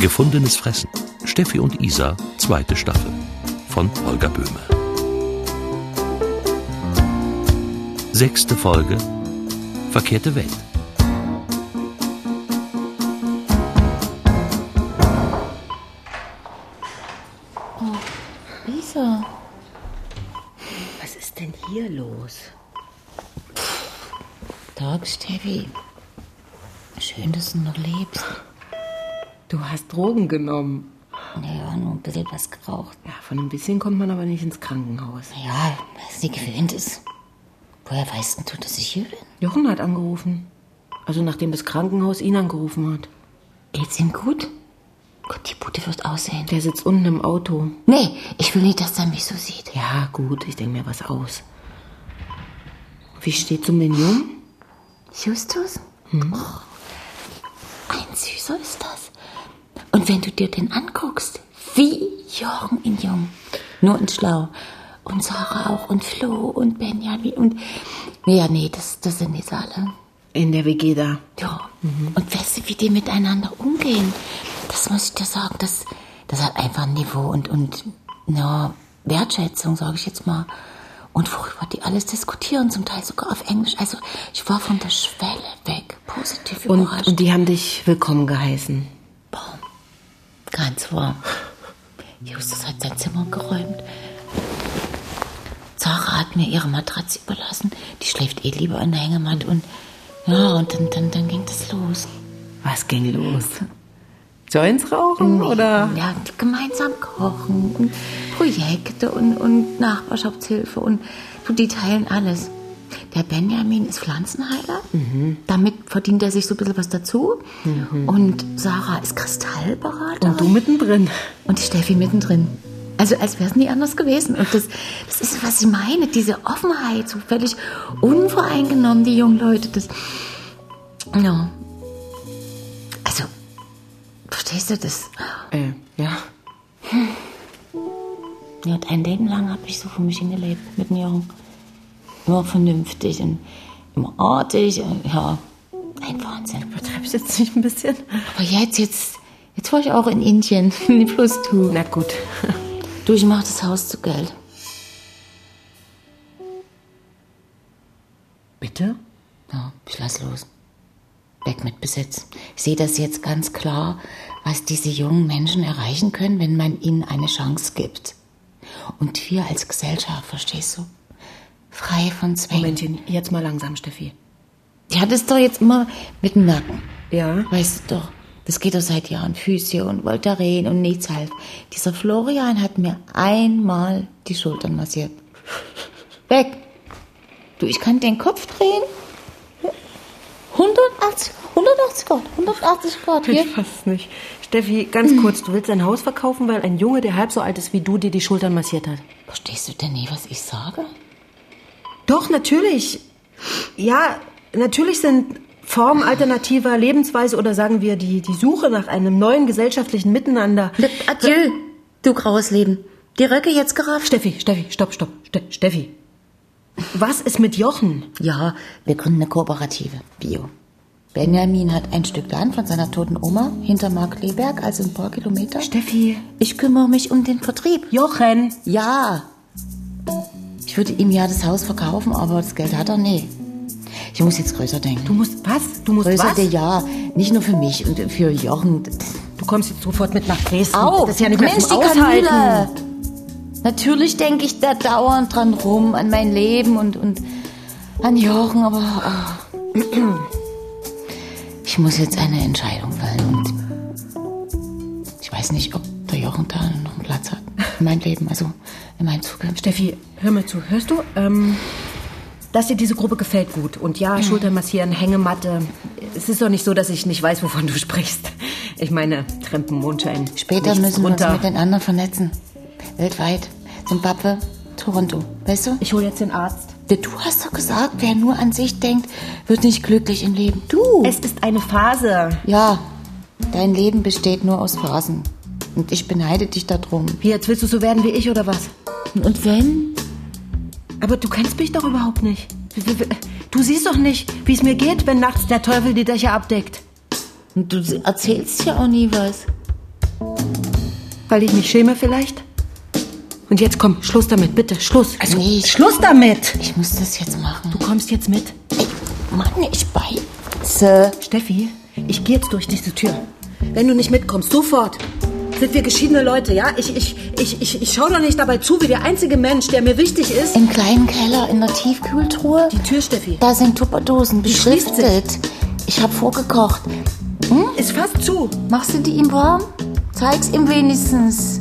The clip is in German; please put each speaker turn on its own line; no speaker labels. Gefundenes Fressen. Steffi und Isa, zweite Staffel. Von Holger Böhme. Sechste Folge. Verkehrte Welt.
Oh, Isa.
Was ist denn hier los?
Tag, Steffi. Schön, dass du noch lebst.
Du hast Drogen genommen.
Naja, nur ein bisschen was geraucht.
Ja, von ein bisschen kommt man aber nicht ins Krankenhaus.
Naja, was sie gewöhnt ist. Woher weißt denn du, dass ich hier bin?
Jochen hat angerufen. Also nachdem das Krankenhaus ihn angerufen hat.
Geht's ihm gut? Gott, die Bude wird aussehen.
Der sitzt unten im Auto.
Nee, ich will nicht, dass er mich so sieht.
Ja, gut, ich denke mir was aus. Wie steht's um den Jungen?
Justus? Oh, ein Süßer ist das. Und wenn du dir den anguckst, wie Jorgen in Jung. Nur in Schlau. Und Sarah auch und Flo und Benjamin und... Ja, nee, das, das sind nicht alle.
In der WG da.
Ja. Und weißt du, wie die miteinander umgehen? Das muss ich dir sagen. Das, das hat einfach ein Niveau und, und ja, Wertschätzung, sage ich jetzt mal. Und worüber die alles diskutieren, zum Teil sogar auf Englisch. Also ich war von der Schwelle weg. Positiv
Und,
überrascht.
und die haben dich willkommen geheißen.
Boah. Ganz warm. Justus hat sein Zimmer geräumt. Sarah hat mir ihre Matratze überlassen. Die schläft eh lieber an der Hängematte. Und ja, und dann, dann, dann ging das los.
Was ging los? Joints rauchen oder?
Ja, gemeinsam kochen und Projekte und, und Nachbarschaftshilfe und du, die teilen alles. Der Benjamin ist Pflanzenheiler.
Mhm.
Damit verdient er sich so ein bisschen was dazu. Und Sarah ist Kristallberaterin.
Und du mittendrin.
Und die Steffi mittendrin. Also als wäre es nie anders gewesen. Und das, das ist, was ich meine, diese Offenheit, so völlig unvoreingenommen, die jungen Leute. Das, ja. Also, verstehst du das?
Äh, ja.
Ja, und ein Leben lang habe ich so für mich hingelebt mit den Jungen. Immer vernünftig und immer artig. Und, ja, ein Wahnsinn.
Betreibst du jetzt nicht ein bisschen?
Aber jetzt, jetzt, jetzt war ich auch in Indien. Plus du.
Na gut.
Du, ich mach das Haus zu Geld.
Bitte?
Ja, ich lass los. Weg mit Besitz. Ich sehe das jetzt ganz klar, was diese jungen Menschen erreichen können, wenn man ihnen eine Chance gibt. Und wir als Gesellschaft, verstehst du? Frei von Zwängen.
Momentchen, jetzt mal langsam, Steffi.
Die hat es doch jetzt immer mit dem Nacken.
Ja.
Weißt du doch, das geht doch seit Jahren. Physio und Voltaren und nichts half. Dieser Florian hat mir einmal die Schultern massiert. Weg! Du, ich kann den Kopf drehen. 180, 180 Grad, 180 Grad hier.
Ich fass nicht. Steffi, ganz kurz, du willst dein Haus verkaufen, weil ein Junge, der halb so alt ist wie du, dir die Schultern massiert hat.
Verstehst du denn nie, was ich sage?
Doch, natürlich. Ja, natürlich sind Formen alternativer Lebensweise oder sagen wir die, die Suche nach einem neuen gesellschaftlichen Miteinander.
Adieu, du graues Leben. Die Röcke jetzt gerafft.
Steffi, Steffi, stopp, stopp, Ste Steffi. Was ist mit Jochen?
Ja, wir gründen eine Kooperative. Bio. Benjamin hat ein Stück Land von seiner toten Oma hinter Mark Leberg, also ein paar Kilometer.
Steffi.
Ich kümmere mich um den Vertrieb.
Jochen.
Ja. Ich würde ihm ja das Haus verkaufen, aber das Geld hat er nie. Ich muss jetzt größer
Du
denken.
musst was? Du musst
größer
was?
der ja. Nicht nur für mich und für Jochen.
Du kommst jetzt sofort mit nach Dresden.
Au,
das ist ja nicht mehr
Mensch,
zum
die
Aushalten.
Kanüle. Natürlich denke ich da dauernd dran rum, an mein Leben und, und an Jochen, aber ah. ich muss jetzt eine Entscheidung fällen. Und ich weiß nicht, ob der Jochen da noch einen Platz hat in meinem Leben, also in meinem Zukunft.
Steffi, hör mal zu. Hörst du? Ähm, dass dir diese Gruppe gefällt gut. Und ja, Schultern massieren, Hängematte. Es ist doch nicht so, dass ich nicht weiß, wovon du sprichst. Ich meine, Trempen, Mondschein.
Später
nichts
müssen wir
runter.
uns mit den anderen vernetzen. Weltweit. Zimbabwe, Toronto. Weißt du?
Ich hole jetzt den Arzt.
Du hast doch gesagt, wer nur an sich denkt, wird nicht glücklich im Leben. Du!
Es ist eine Phase.
Ja, dein Leben besteht nur aus Phasen. Und ich beneide dich darum.
Wie, jetzt willst du so werden wie ich oder was?
Und wenn?
Aber du kennst mich doch überhaupt nicht. Du siehst doch nicht, wie es mir geht, wenn nachts der Teufel die Dächer abdeckt.
Und du erzählst ja auch nie was.
Weil ich mich schäme vielleicht? Und jetzt komm, Schluss damit, bitte, Schluss. Also,
Nee.
Schluss damit!
Ich muss das jetzt machen.
Du kommst jetzt mit.
Mann, ich beiße.
Steffi, ich gehe jetzt durch diese Tür. Wenn du nicht mitkommst, sofort. Sind wir geschiedene Leute, ja? Ich, ich, ich, ich, ich schau doch nicht dabei zu, wie der einzige Mensch, der mir wichtig ist.
Im kleinen Keller in der Tiefkühltruhe.
Die Tür, Steffi,
Da sind Tupperdosen
schließt sich.
beschriftet. Ich habe vorgekocht.
ist fast zu.
Machst du die ihm warm? Zeig's ihm wenigstens.